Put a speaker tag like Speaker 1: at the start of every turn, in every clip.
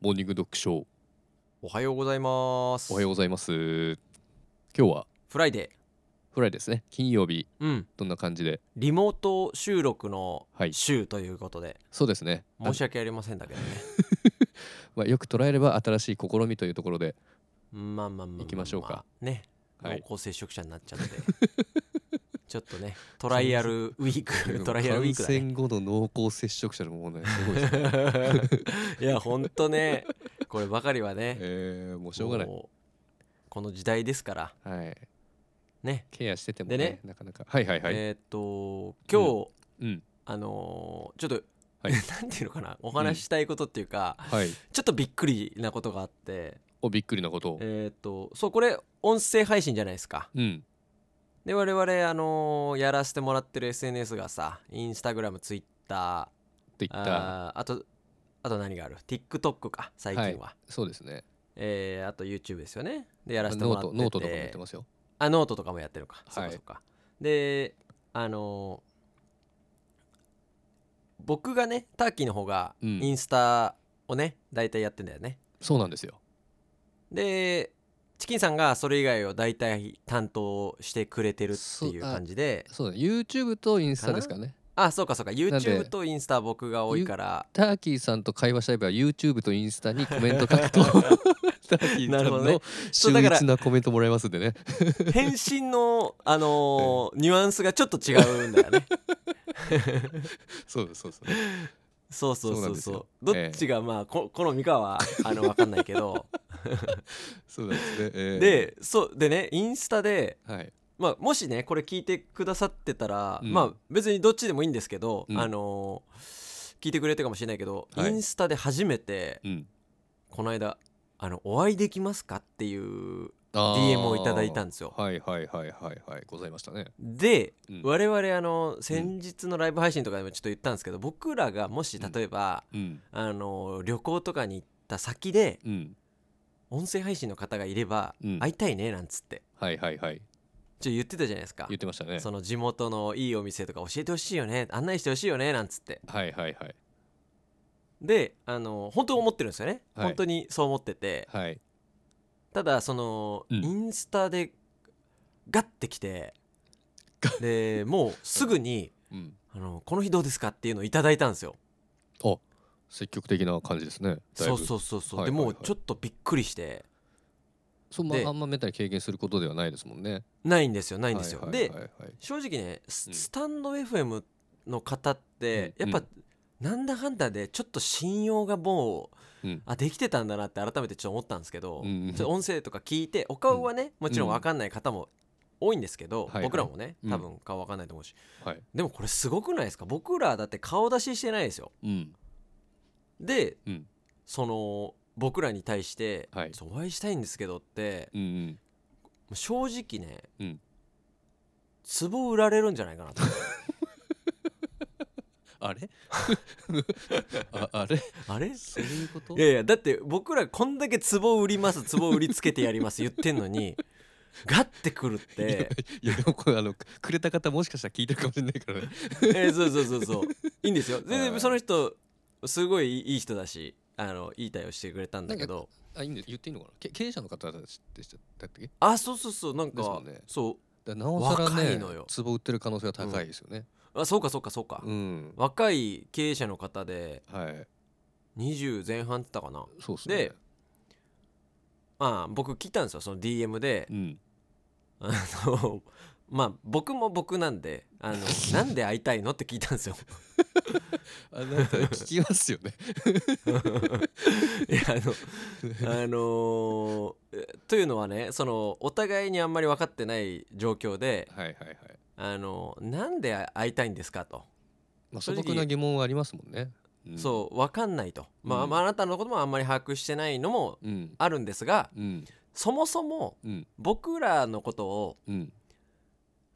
Speaker 1: モーニングドッグショー
Speaker 2: おはようございます
Speaker 1: おはようございます今日は
Speaker 2: フライデ
Speaker 1: フライですね金曜日
Speaker 2: ーうん
Speaker 1: どんな感じで
Speaker 2: リモート収録の
Speaker 1: はい
Speaker 2: 週ということで、
Speaker 1: そうですねあ
Speaker 2: 申し訳ありませんだ けどね
Speaker 1: まあ、よく捉えれば新しい試みというところで
Speaker 2: まあまあまあまあ
Speaker 1: 行きましょうか
Speaker 2: ね
Speaker 1: はい
Speaker 2: 濃厚接触者になっちゃって ちょっとねトライアルウ ィーク トライアルウィークだ
Speaker 1: 感染後の濃厚接触者のもう ねすごいですね、
Speaker 2: ね いやほんとねこればかりはね
Speaker 1: えー、もうしょうがない
Speaker 2: もうこの時代ですから
Speaker 1: はい
Speaker 2: ね
Speaker 1: ケアしててもね
Speaker 2: でね
Speaker 1: なかなかはいはいはい、
Speaker 2: えーっと今
Speaker 1: う
Speaker 2: 日、
Speaker 1: ん
Speaker 2: あのーちょっと、
Speaker 1: はい
Speaker 2: なんていうのかなお話ししたいことっていうか、
Speaker 1: はい
Speaker 2: ちょっとびっくりなことがあって
Speaker 1: おびっくりなことを
Speaker 2: えーっとそうこれ音声配信じゃないですか
Speaker 1: うん
Speaker 2: で我々あのーやらせてもらってる SNS がさインスタグラムツイッタ
Speaker 1: って言
Speaker 2: ー
Speaker 1: った
Speaker 2: あーあとあと何がある TikTok か最近は、
Speaker 1: そうですね
Speaker 2: えーあと YouTube ですよねでや
Speaker 1: ノ
Speaker 2: らせても
Speaker 1: ー
Speaker 2: らって
Speaker 1: ト
Speaker 2: て
Speaker 1: ノートとかもやってますよ
Speaker 2: あノートとかもやってるのか、そ
Speaker 1: は
Speaker 2: う
Speaker 1: い
Speaker 2: かそうかであのー僕がねターキーの方が
Speaker 1: うん
Speaker 2: インスタをね、大体やってんだよね
Speaker 1: そうなんですよ
Speaker 2: でチキンさんがそれ以外を大体担当してくれてるっていう
Speaker 1: そうあ
Speaker 2: 感じで
Speaker 1: そうだね YouTube とインスタですかね
Speaker 2: あそうかそうか
Speaker 1: なんで
Speaker 2: YouTube とインスタは僕が多いから
Speaker 1: ターキーさんと会話したい場合は YouTube とインスタにコメント書 くとターキー
Speaker 2: な
Speaker 1: さ
Speaker 2: るほ
Speaker 1: ん
Speaker 2: どね
Speaker 1: の秀逸なコメントもらえますんでね
Speaker 2: 返信の、あ のーニュアンスがちょっと違うんだよね
Speaker 1: そうですそうですね
Speaker 2: そうそう
Speaker 1: そうな
Speaker 2: そ
Speaker 1: んで
Speaker 2: う
Speaker 1: す
Speaker 2: そ
Speaker 1: よ
Speaker 2: うどっちがまあこ好みかはあの分かんないけど
Speaker 1: そうなんですね、 えー
Speaker 2: でそうでねインスタで
Speaker 1: はい
Speaker 2: まあ、もしねこれ聞いてくださってたら、
Speaker 1: うん
Speaker 2: まあ別にどっちでもいいんですけど、
Speaker 1: うん
Speaker 2: あのー聞いてくれてるかもしれないけど、
Speaker 1: はい
Speaker 2: インスタで初めて
Speaker 1: うん
Speaker 2: この間あのお会いできますかっていう
Speaker 1: あー
Speaker 2: DM をいただいたんですよ
Speaker 1: はいはいはいはいはいございましたね、
Speaker 2: で、
Speaker 1: うん
Speaker 2: 我々あの先日のライブ配信とかでもちょっと言ったんですけど僕らがもし
Speaker 1: うん
Speaker 2: 例えば、
Speaker 1: うん
Speaker 2: あのー旅行とかに行った先で
Speaker 1: うん
Speaker 2: 音声配信の方がいれば
Speaker 1: うん
Speaker 2: 会いたいねなんつって
Speaker 1: はいはいはい
Speaker 2: ちょ言ってたじゃないですか
Speaker 1: 言ってましたね
Speaker 2: その地元のいいお店とか教えてほしいよね案内してほしいよねなんつって
Speaker 1: はいはいはい
Speaker 2: であの本当思ってるんですよね、
Speaker 1: はい
Speaker 2: 本当にそう思ってて
Speaker 1: はい
Speaker 2: ただその、
Speaker 1: うん
Speaker 2: インスタでガッてきてでもうすぐに
Speaker 1: うん
Speaker 2: あの「この日どうですか?」っていうのをいただいたんですよ
Speaker 1: あ積極的な感じですねだい
Speaker 2: そ
Speaker 1: ぶ
Speaker 2: うそうそうそう、
Speaker 1: はいはいはい
Speaker 2: でもうちょっとびっくりして
Speaker 1: そんな
Speaker 2: で
Speaker 1: あんまめったに経験することではないですもんね
Speaker 2: ないんですよないんですよ、
Speaker 1: はいはい
Speaker 2: で
Speaker 1: はいはい
Speaker 2: 正直ねス,、
Speaker 1: うん
Speaker 2: タンド FM の方って、
Speaker 1: うん
Speaker 2: やっぱ、なんだかんだでちょっと信用がもう
Speaker 1: うん
Speaker 2: あできてたんだなって改めてちょっと思ったんですけど、
Speaker 1: うんうん
Speaker 2: ちょっと音声とか聞いてお顔はね、もちろん分かんない方も多いんですけど、
Speaker 1: はいはい
Speaker 2: 僕らもね
Speaker 1: うん
Speaker 2: 多分顔分かんないと思うし、
Speaker 1: はい
Speaker 2: でもこれすごくないですか僕らだって顔出ししてないですよ
Speaker 1: うん
Speaker 2: で
Speaker 1: うん
Speaker 2: その僕らに対して、
Speaker 1: はい
Speaker 2: ちょっとお会いしたいんですけどって
Speaker 1: うんうん
Speaker 2: 正直ね、
Speaker 1: うん
Speaker 2: 壺売られるんじゃないかな と
Speaker 1: あれ ああれ
Speaker 2: あれ
Speaker 1: そういうこと
Speaker 2: いやいやだって僕らこんだけ壺売ります壺売りつけてやります言ってんのにガッてくるって
Speaker 1: いやでもこれあのくくれた方もしかしたら聞いてるかもしれないからね
Speaker 2: えー、そうそうそうそういいん ですよ全
Speaker 1: は
Speaker 2: 然
Speaker 1: い
Speaker 2: その人すごいいい人だしあのいい対応してくれたんだけど
Speaker 1: あいいんで言っていいのかなけ経営者の方でしただっけ
Speaker 2: あそうそうそうなん
Speaker 1: ですも
Speaker 2: か
Speaker 1: んね
Speaker 2: そ
Speaker 1: だなおさら
Speaker 2: 若
Speaker 1: ね
Speaker 2: いのよ
Speaker 1: 壺売ってる可能性が高いですよね
Speaker 2: うあそうかそうかそうか、
Speaker 1: うん、
Speaker 2: 若い経営者の方で
Speaker 1: はい
Speaker 2: 20前半って言ったかな
Speaker 1: そうですね
Speaker 2: でまあ僕聞いたんですよその DM で
Speaker 1: う、ん
Speaker 2: あのまあ僕も僕なんで あのなんで会いたいのって聞いたんですよ
Speaker 1: あなんか聞きますよ ね
Speaker 2: いやあのあのーというのはねそのお互いにあんまり分かってない状況で
Speaker 1: はいはいはい
Speaker 2: あのなんで会いたいんですかと、
Speaker 1: まあ素
Speaker 2: 正
Speaker 1: 朴
Speaker 2: 直
Speaker 1: な疑問はありますもんね、うん、
Speaker 2: そう分かんないと、まあ
Speaker 1: うん
Speaker 2: まああなたのこともあんまり把握してないのも
Speaker 1: うん
Speaker 2: あるんですが
Speaker 1: うん
Speaker 2: そもそも
Speaker 1: うん
Speaker 2: 僕らのことを
Speaker 1: うん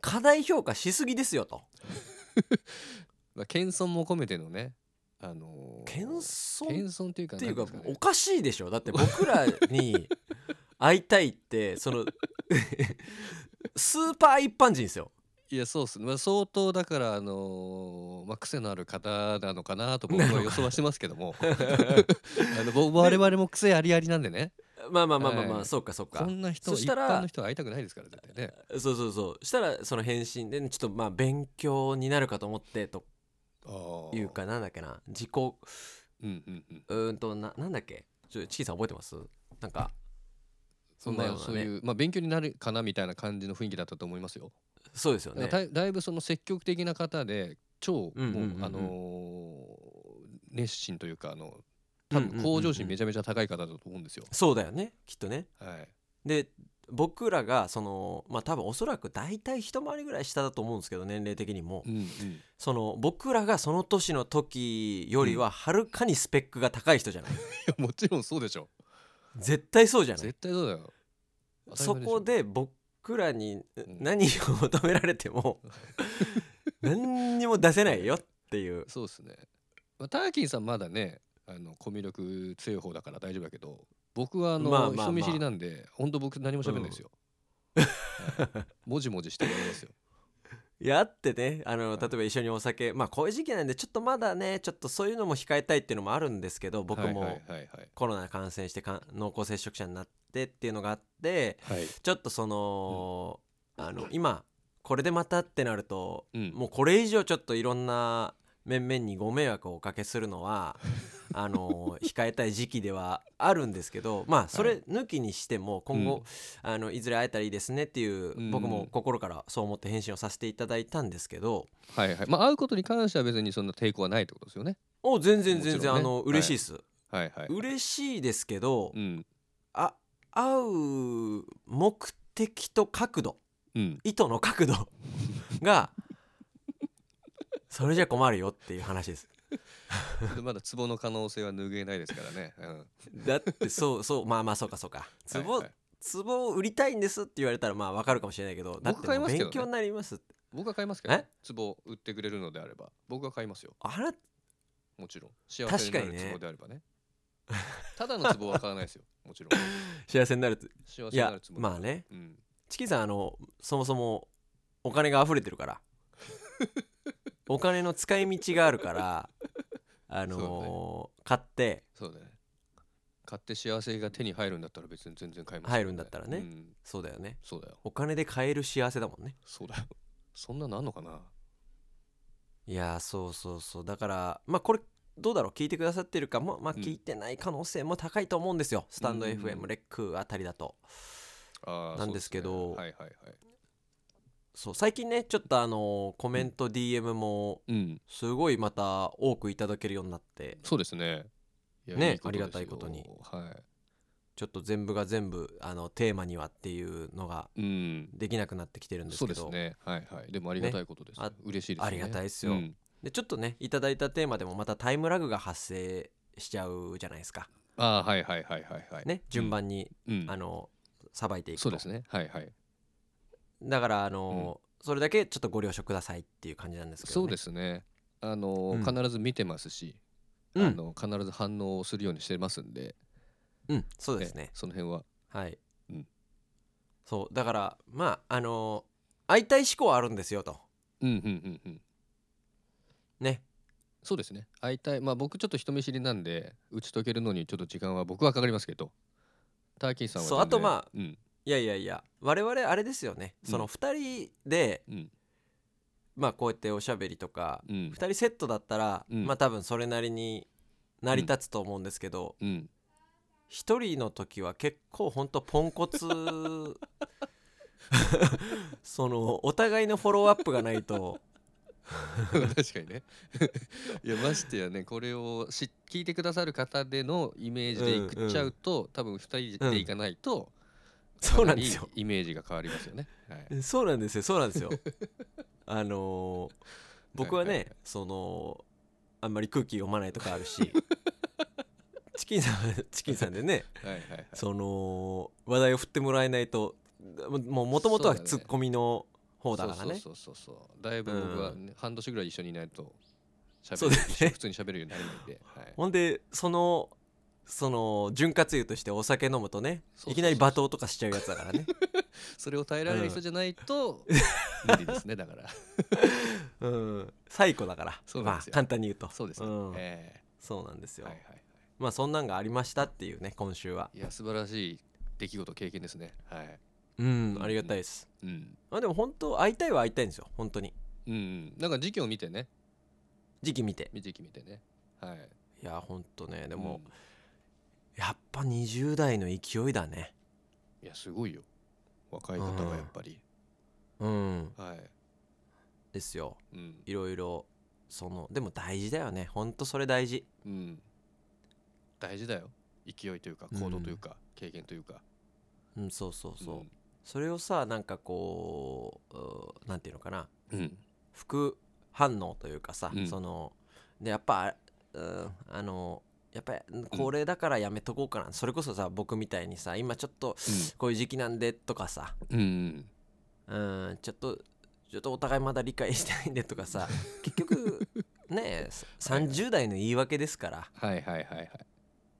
Speaker 2: 過大評価しすぎですよと
Speaker 1: まあ謙遜も込めてのねあのー、
Speaker 2: 謙遜っ
Speaker 1: 謙遜っていうか
Speaker 2: ていうか
Speaker 1: なんていうん
Speaker 2: お
Speaker 1: です
Speaker 2: かしいでしょだって僕ら に 会いたいってそのスーパー一般人ですよ
Speaker 1: いやそうっすね、まあ、相当だからあのーまあ、癖のある方なのかなと僕は予想はしてますけど も あの僕我々も癖ありありなんでね
Speaker 2: まあまあまあまあまあ、
Speaker 1: はい
Speaker 2: そうかそう
Speaker 1: こ
Speaker 2: か
Speaker 1: んな人
Speaker 2: そしたら
Speaker 1: 一般の人は会いたくないですから絶対ね
Speaker 2: そうそうそうしたらその返信でちょっとまあ勉強になるかと思ってと
Speaker 1: ああ
Speaker 2: いう、かなんだっけな自己う
Speaker 1: うんうんうん、
Speaker 2: ーんとななんだっけちょチキさん覚えてますなんかそんなよう
Speaker 1: まあ
Speaker 2: な
Speaker 1: そう
Speaker 2: ね、
Speaker 1: いう、まあ、勉強になるかなみたいな感じの雰囲気だったと思いますよ
Speaker 2: そうですよね
Speaker 1: だいだいぶその積極的な方で超も
Speaker 2: うんうんうんうん
Speaker 1: うあのー熱心というかあの多分向上心め
Speaker 2: ちゃ
Speaker 1: ちゃめちゃ高い方だと思うんですよ。
Speaker 2: そうだよねきっとね
Speaker 1: はい、
Speaker 2: で僕らがそのまあ多分おそらく大体一回りぐらい下だと思うんですけど年齢的にも、
Speaker 1: うんうん、
Speaker 2: その僕らがその年の時よりははるかにスペックが高い人じゃない、
Speaker 1: いやもちろんそうでしょ
Speaker 2: 絶対そうじゃない
Speaker 1: 絶対そうだよ。当たり
Speaker 2: そ
Speaker 1: 前しょ
Speaker 2: こで僕らに
Speaker 1: ん
Speaker 2: 何を求められ ても何にも出せないよっていう
Speaker 1: そうですね、まあ、ターキンさんまだねあのコミュ力強い方だから大丈夫だけど僕はあの、
Speaker 2: まあまあまあ
Speaker 1: 人見知りなんで本当僕何も喋んないですよ。はいもじもじして終わりますよ。
Speaker 2: いやあってねあの
Speaker 1: い
Speaker 2: 例えば一緒にお酒まあこういう時期なんでちょっとまだねちょっとそういうのも控えたいっていうのもあるんですけ ど僕
Speaker 1: はいは
Speaker 2: も
Speaker 1: いはいはい
Speaker 2: コロナ感染してかん濃厚接触者になってっていうのがあって
Speaker 1: はい
Speaker 2: ちょっとその,、あの今これでまたってなると
Speaker 1: うん
Speaker 2: もうこれ以上ちょっといろんな面々にご迷惑をおかけするの はあの控えたい時期ではあるんですけどまあそれ抜きにしても今後、あのいずれ会えたらいいですねっていう、
Speaker 1: うん
Speaker 2: 僕も心からそう思って返信をさせていただいたんですけど
Speaker 1: はいはいまあ会うことに関しては別にそんな抵抗はないってことですよね
Speaker 2: お全然全
Speaker 1: もち
Speaker 2: 然、
Speaker 1: ろんね
Speaker 2: あの嬉しいです、
Speaker 1: はいはいはい
Speaker 2: 嬉しいですけど、
Speaker 1: うん
Speaker 2: あ会う目的と角度
Speaker 1: うん
Speaker 2: 糸の角 度がそれじゃ困るよっていう話です。
Speaker 1: まだツボの可能性は拭えないですからね、うん、
Speaker 2: だってそうそうまあまあそうかそうかツボ、
Speaker 1: はいはい
Speaker 2: ツボを売りたいんですって言われたらまあわかるかもしれないけどだっ
Speaker 1: 僕
Speaker 2: て
Speaker 1: 買い
Speaker 2: もう
Speaker 1: ますけど
Speaker 2: 勉
Speaker 1: ね
Speaker 2: 強になりますって
Speaker 1: 僕は買いますけどね
Speaker 2: え
Speaker 1: ツボ売ってくれるのであれば僕は買いますよ
Speaker 2: あら
Speaker 1: もちろん幸せにな
Speaker 2: 確
Speaker 1: る
Speaker 2: かにね
Speaker 1: ツボであればねただのツボは買わない ですよもちろん
Speaker 2: 幸せになるって
Speaker 1: 幸
Speaker 2: い
Speaker 1: せにな
Speaker 2: や
Speaker 1: るツボ
Speaker 2: まあね
Speaker 1: うん、
Speaker 2: チキンさんあのそもそもお金が溢れてる からお金の使い道があるからあのー買って
Speaker 1: そうだね買って幸せが手に入るんだったら別に全然買いますよ、
Speaker 2: 入るんだったらね
Speaker 1: うん、
Speaker 2: そうだよね
Speaker 1: そうだよ
Speaker 2: お金で買える幸せだもんね
Speaker 1: そうだよそんなのあんのかない
Speaker 2: やーそうそうそうだからまあこれどうだろう聞いてくださってるかもまあ
Speaker 1: うん
Speaker 2: 聞いてない可能性も高いと思うんですよ、スタンド
Speaker 1: うん
Speaker 2: FM レックあたりだと
Speaker 1: あー
Speaker 2: なんですけ
Speaker 1: そ
Speaker 2: ど
Speaker 1: うねはいはいはい
Speaker 2: そう最近ねちょっとあのーコメント DM も
Speaker 1: うん
Speaker 2: すごいまた多くいただけるようになって
Speaker 1: そうですね。いや
Speaker 2: ね
Speaker 1: いいこと
Speaker 2: ありがたい
Speaker 1: ですよ
Speaker 2: ことに
Speaker 1: は
Speaker 2: ちょっと全部が全部あのテーマにはっていうのが
Speaker 1: い。うん。
Speaker 2: できなくなってきてるんです
Speaker 1: そう
Speaker 2: け
Speaker 1: です
Speaker 2: ど
Speaker 1: ね。はいはい。でもありがたいことですよ。
Speaker 2: あ
Speaker 1: 嬉しいですね。
Speaker 2: ありがたいですよ
Speaker 1: うん
Speaker 2: でちょっとねいただいたテーマでもまたタイムラグが発生しちゃうじゃないですか
Speaker 1: ああはいはいはいはいはい。
Speaker 2: ね順番に、
Speaker 1: うん。
Speaker 2: あのさばいていくと
Speaker 1: そうですね。はいはい。
Speaker 2: だからあのーそれだけちょっとご了承くださいっていう感じなんですけど、ね、
Speaker 1: そうですね。あの
Speaker 2: うん
Speaker 1: 必ず見てますし、
Speaker 2: うん
Speaker 1: あの必ず反応をするようにしてますんで。
Speaker 2: うん、そうですね
Speaker 1: え。その辺は。
Speaker 2: はい。
Speaker 1: うん
Speaker 2: そう、だから、まあ、あのー会いたい思考はあるんですよと。
Speaker 1: うんうんうんうん。
Speaker 2: ね。
Speaker 1: そうですね。会いたい。まあ僕ちょっと人見知りなんで打ち解けるのにちょっと時間は僕はかかりますけど。ターキーさんは
Speaker 2: そう
Speaker 1: 全然
Speaker 2: あとまあ
Speaker 1: うん
Speaker 2: いやいやいや、我々あれですよね。
Speaker 1: うん
Speaker 2: その2人で、
Speaker 1: うん
Speaker 2: まあ、こうやっておしゃべりとか、
Speaker 1: うん
Speaker 2: 2人セットだったら、
Speaker 1: うん
Speaker 2: まあ、多分それなりに成り立つと思うんですけど、
Speaker 1: うん。
Speaker 2: 1人の時は結構ほんとポンコ ツ そのお互いのフォローアップがないと
Speaker 1: 確かにね いやましてやねこれをし聞いてくださる方でのイメージでいくっちゃうと、多分2人でいかないと、
Speaker 2: そうなんですよ
Speaker 1: かりイメージが変わりますよね、はい、
Speaker 2: そうなんですよそうな んですよあのー僕はね、
Speaker 1: はいはいはい
Speaker 2: そのあんまり空気読まないとかあるし チキンさんはチキンさんでね
Speaker 1: はいはいはい
Speaker 2: その話題を振ってもらえないとももともとは
Speaker 1: そうだね
Speaker 2: ツッコミの方だからね
Speaker 1: そうそうそうそうだいぶ僕はね、半年ぐらい一緒にいないと喋
Speaker 2: そう
Speaker 1: る
Speaker 2: ですね
Speaker 1: 普通に喋るようになれないんで、はい、
Speaker 2: ほんでそのその潤滑油としてお酒飲むとね
Speaker 1: そうそうそうそう
Speaker 2: いきなり罵倒とかしちゃうやつだか らね
Speaker 1: それを耐えられる人じゃないと、無理ですねだ から
Speaker 2: うん最古だから
Speaker 1: そうなんで
Speaker 2: まあ
Speaker 1: すよ
Speaker 2: 簡単に言うと
Speaker 1: そうですね、
Speaker 2: ん
Speaker 1: え
Speaker 2: そうなんです
Speaker 1: え
Speaker 2: よ、
Speaker 1: はいはい
Speaker 2: まあそんなんがありましたっていうね今週はい
Speaker 1: や素晴らしい出来事経験ですねはい
Speaker 2: うんありがたいです、
Speaker 1: うん
Speaker 2: まあでも本当会いたいは会いたいんですよ本当に
Speaker 1: うんうんなんか時期を見てね
Speaker 2: 時期見て
Speaker 1: 見て決めてねはい
Speaker 2: いや本当ねで
Speaker 1: で
Speaker 2: も、やっぱ20代の勢いだね
Speaker 1: いやすごいよ若い方がやっぱり、
Speaker 2: うん
Speaker 1: はい
Speaker 2: ですよ
Speaker 1: うん
Speaker 2: いろいろそのでも大事だよねほんとそれ大事
Speaker 1: うん大事だよ勢いというか行動というか、経験というか
Speaker 2: うんそうそうそう、
Speaker 1: うん
Speaker 2: それをさなんかこううなんていうのかな
Speaker 1: うん
Speaker 2: 副反応というかさ、
Speaker 1: うん
Speaker 2: そのでやっぱ、うん、あのやっぱり高齢だからやめとこうかな、それこそさ僕みたいにさ今ちょっとこういう時期なんでとかさ、
Speaker 1: うん、うん
Speaker 2: うん、ちょっとちょっとお互いまだ理解してないんでと かさ結局ね30代の言い訳ですから
Speaker 1: はいはいはいはい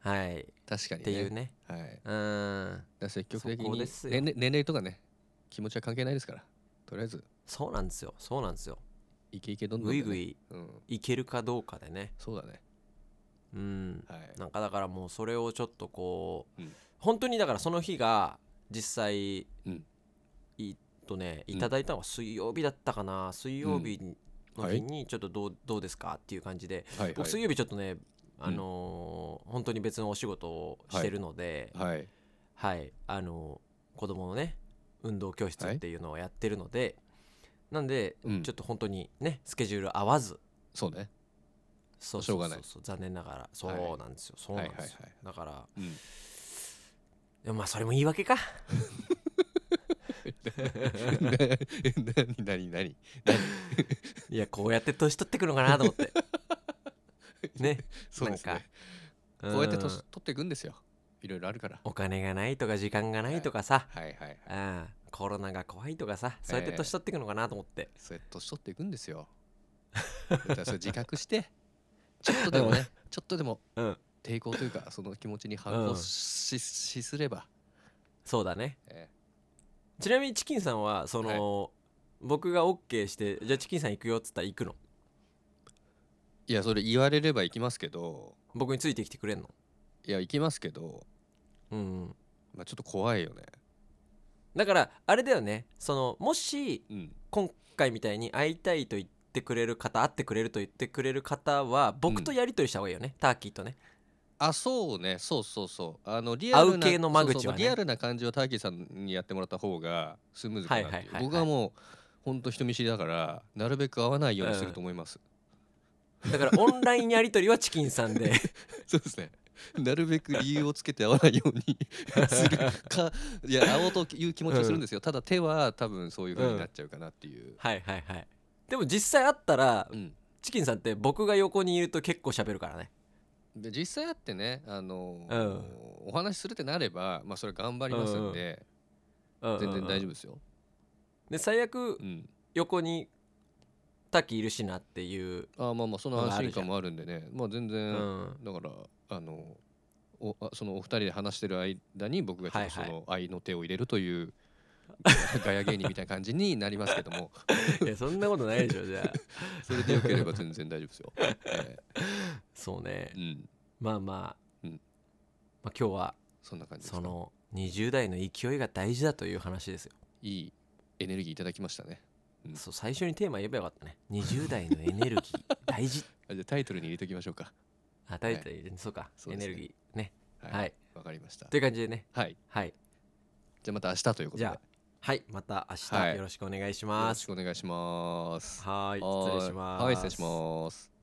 Speaker 2: はいっ
Speaker 1: 確かに
Speaker 2: て
Speaker 1: ね
Speaker 2: いうね
Speaker 1: はい
Speaker 2: うん
Speaker 1: だから積極的
Speaker 2: そこ
Speaker 1: に、
Speaker 2: ですよ
Speaker 1: 年齢年齢とかね気持ちは関係ないですからとりあえず
Speaker 2: そうなんですよそうなんですよ
Speaker 1: イケイケどんどん
Speaker 2: ぐ
Speaker 1: でね、
Speaker 2: いぐい
Speaker 1: うん
Speaker 2: いけるかどうかでね
Speaker 1: そうだね
Speaker 2: うん
Speaker 1: はい
Speaker 2: なんかだからもうそれをちょっとこう、
Speaker 1: うん
Speaker 2: 本当にだからその日が実際、
Speaker 1: うん
Speaker 2: いっとね
Speaker 1: ん
Speaker 2: いただいたのが水曜日だったかな水曜日の
Speaker 1: はい
Speaker 2: 日にちょっとどう,、どうですかっていう感じで、
Speaker 1: はいは
Speaker 2: 僕水
Speaker 1: い
Speaker 2: 曜日ちょっとねあのー本当に別のお仕事をしてるので、
Speaker 1: はい
Speaker 2: はいあのー子供のね運動教室っていうのをやってるので、なんで、
Speaker 1: うん
Speaker 2: ちょっと本当にねスケジュール合わず
Speaker 1: そうね
Speaker 2: そう
Speaker 1: しょうがない
Speaker 2: そうそう残念ながらそ
Speaker 1: はいう
Speaker 2: なんですよ、そうなんですよ、
Speaker 1: はいはいは
Speaker 2: だから
Speaker 1: うん
Speaker 2: でもまあそれも言い訳か
Speaker 1: 何何何何
Speaker 2: いやこうやって年取ってくのかなと思って ね
Speaker 1: そうです
Speaker 2: なん
Speaker 1: ね
Speaker 2: か
Speaker 1: こうやって
Speaker 2: ん
Speaker 1: 年取っていくんですよいろいろあるから
Speaker 2: お金がないとか時間がないとかさ、
Speaker 1: はいはいはい
Speaker 2: うんコロナが怖いとかさそうやって
Speaker 1: ええ
Speaker 2: 年取ってくのかなと思って、
Speaker 1: そうやって年取っていくんですよ だからそれ自覚してちょっとでも ねちょっとでも
Speaker 2: うん
Speaker 1: 抵抗というかそ の気持ちに反
Speaker 2: う
Speaker 1: 抗
Speaker 2: ん
Speaker 1: し,、しすれば、
Speaker 2: そうだね
Speaker 1: え
Speaker 2: ちなみにチキンさんはその、僕が OK してじゃあチキンさん行くよっつったら行くの
Speaker 1: えいやそれ言われれば行きますけど
Speaker 2: 僕についてきてくれんの
Speaker 1: いや行きますけど、
Speaker 2: うんうん
Speaker 1: まあ、ちょっと怖いよね
Speaker 2: だからあれだよねそのもし
Speaker 1: うん
Speaker 2: 今回みたいに会いたいと言ってくれる方会ってくれると言ってくれる方は僕とやり取りした方がいいよね、ターキーとね
Speaker 1: あそうねそうそうそうあのリアルな
Speaker 2: 会う系の間口はね
Speaker 1: そうそうリアルな感じをターキーさんにやってもらった方がスムーズかなっていう
Speaker 2: はいはいはいはい
Speaker 1: 僕はもうほんと人見知りだからなるべく会わないようにすると思います、
Speaker 2: だからオンラインやり取りはチキンさんで
Speaker 1: そうですね。 なるべく理由をつけて会わないように するかいや会おうという気持ちをするんですよ、ただ手は多分そういう風になっちゃうかなっていう、
Speaker 2: はいはいはいでも実際会ったら
Speaker 1: うん
Speaker 2: チキンさんって僕が横にいると結構喋るからね
Speaker 1: で実際会ってね、あのーお話しするってなれば、まあ、それ頑張りますんで、全然大丈
Speaker 2: 夫
Speaker 1: 夫ですよ、
Speaker 2: で最悪
Speaker 1: うん
Speaker 2: 横にターキーいるしなっていう、
Speaker 1: あーまあまあその安心感もあるんでねまあ全
Speaker 2: う
Speaker 1: 然、
Speaker 2: ん、
Speaker 1: だからあのおあそのお二人で話してる間に僕がちょっとそ
Speaker 2: はいは
Speaker 1: の愛の手を入れるという、ガヤ芸人みたいな感じになりますけども
Speaker 2: いやそんなことないでしょじゃあ
Speaker 1: それでよければ全然大丈夫ですよ。え
Speaker 2: そうね
Speaker 1: えうん、
Speaker 2: まあまあ、
Speaker 1: うん
Speaker 2: まあ今日は
Speaker 1: そんな感じです
Speaker 2: そ
Speaker 1: か。
Speaker 2: の20代の勢いが大事だという話ですよ
Speaker 1: いいエネルギーいただきましたね。うん
Speaker 2: そう最初にテーマ言えばよかったね20代のエネルギ ー大事
Speaker 1: あじゃあタイトルに入れておきましょうか。
Speaker 2: あ大体、そうか
Speaker 1: そう
Speaker 2: エ
Speaker 1: です
Speaker 2: ネ
Speaker 1: ね
Speaker 2: ルギーね
Speaker 1: は
Speaker 2: はい
Speaker 1: わかりました
Speaker 2: と。いう感じでね
Speaker 1: はい。
Speaker 2: はい
Speaker 1: じゃあまた明日ということで。
Speaker 2: じゃはいまた
Speaker 1: は
Speaker 2: 明日
Speaker 1: い
Speaker 2: よろしくお願いし
Speaker 1: よろ
Speaker 2: ま
Speaker 1: し
Speaker 2: す
Speaker 1: くお願いします。
Speaker 2: はーい
Speaker 1: はー
Speaker 2: 失礼します
Speaker 1: はい、失礼します。